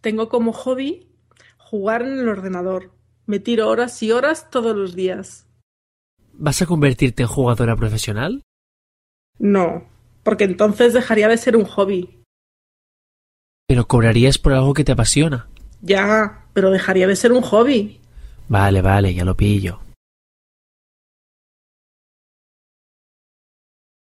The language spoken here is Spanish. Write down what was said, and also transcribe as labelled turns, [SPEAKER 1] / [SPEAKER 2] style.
[SPEAKER 1] Tengo como hobby jugar en el ordenador. Me tiro horas y horas todos los días.
[SPEAKER 2] ¿Vas a convertirte en jugadora profesional?
[SPEAKER 1] No, porque entonces dejaría de ser un hobby.
[SPEAKER 2] Pero cobrarías por algo que te apasiona.
[SPEAKER 1] Ya, pero dejaría de ser un hobby.
[SPEAKER 2] Vale, vale, ya lo pillo.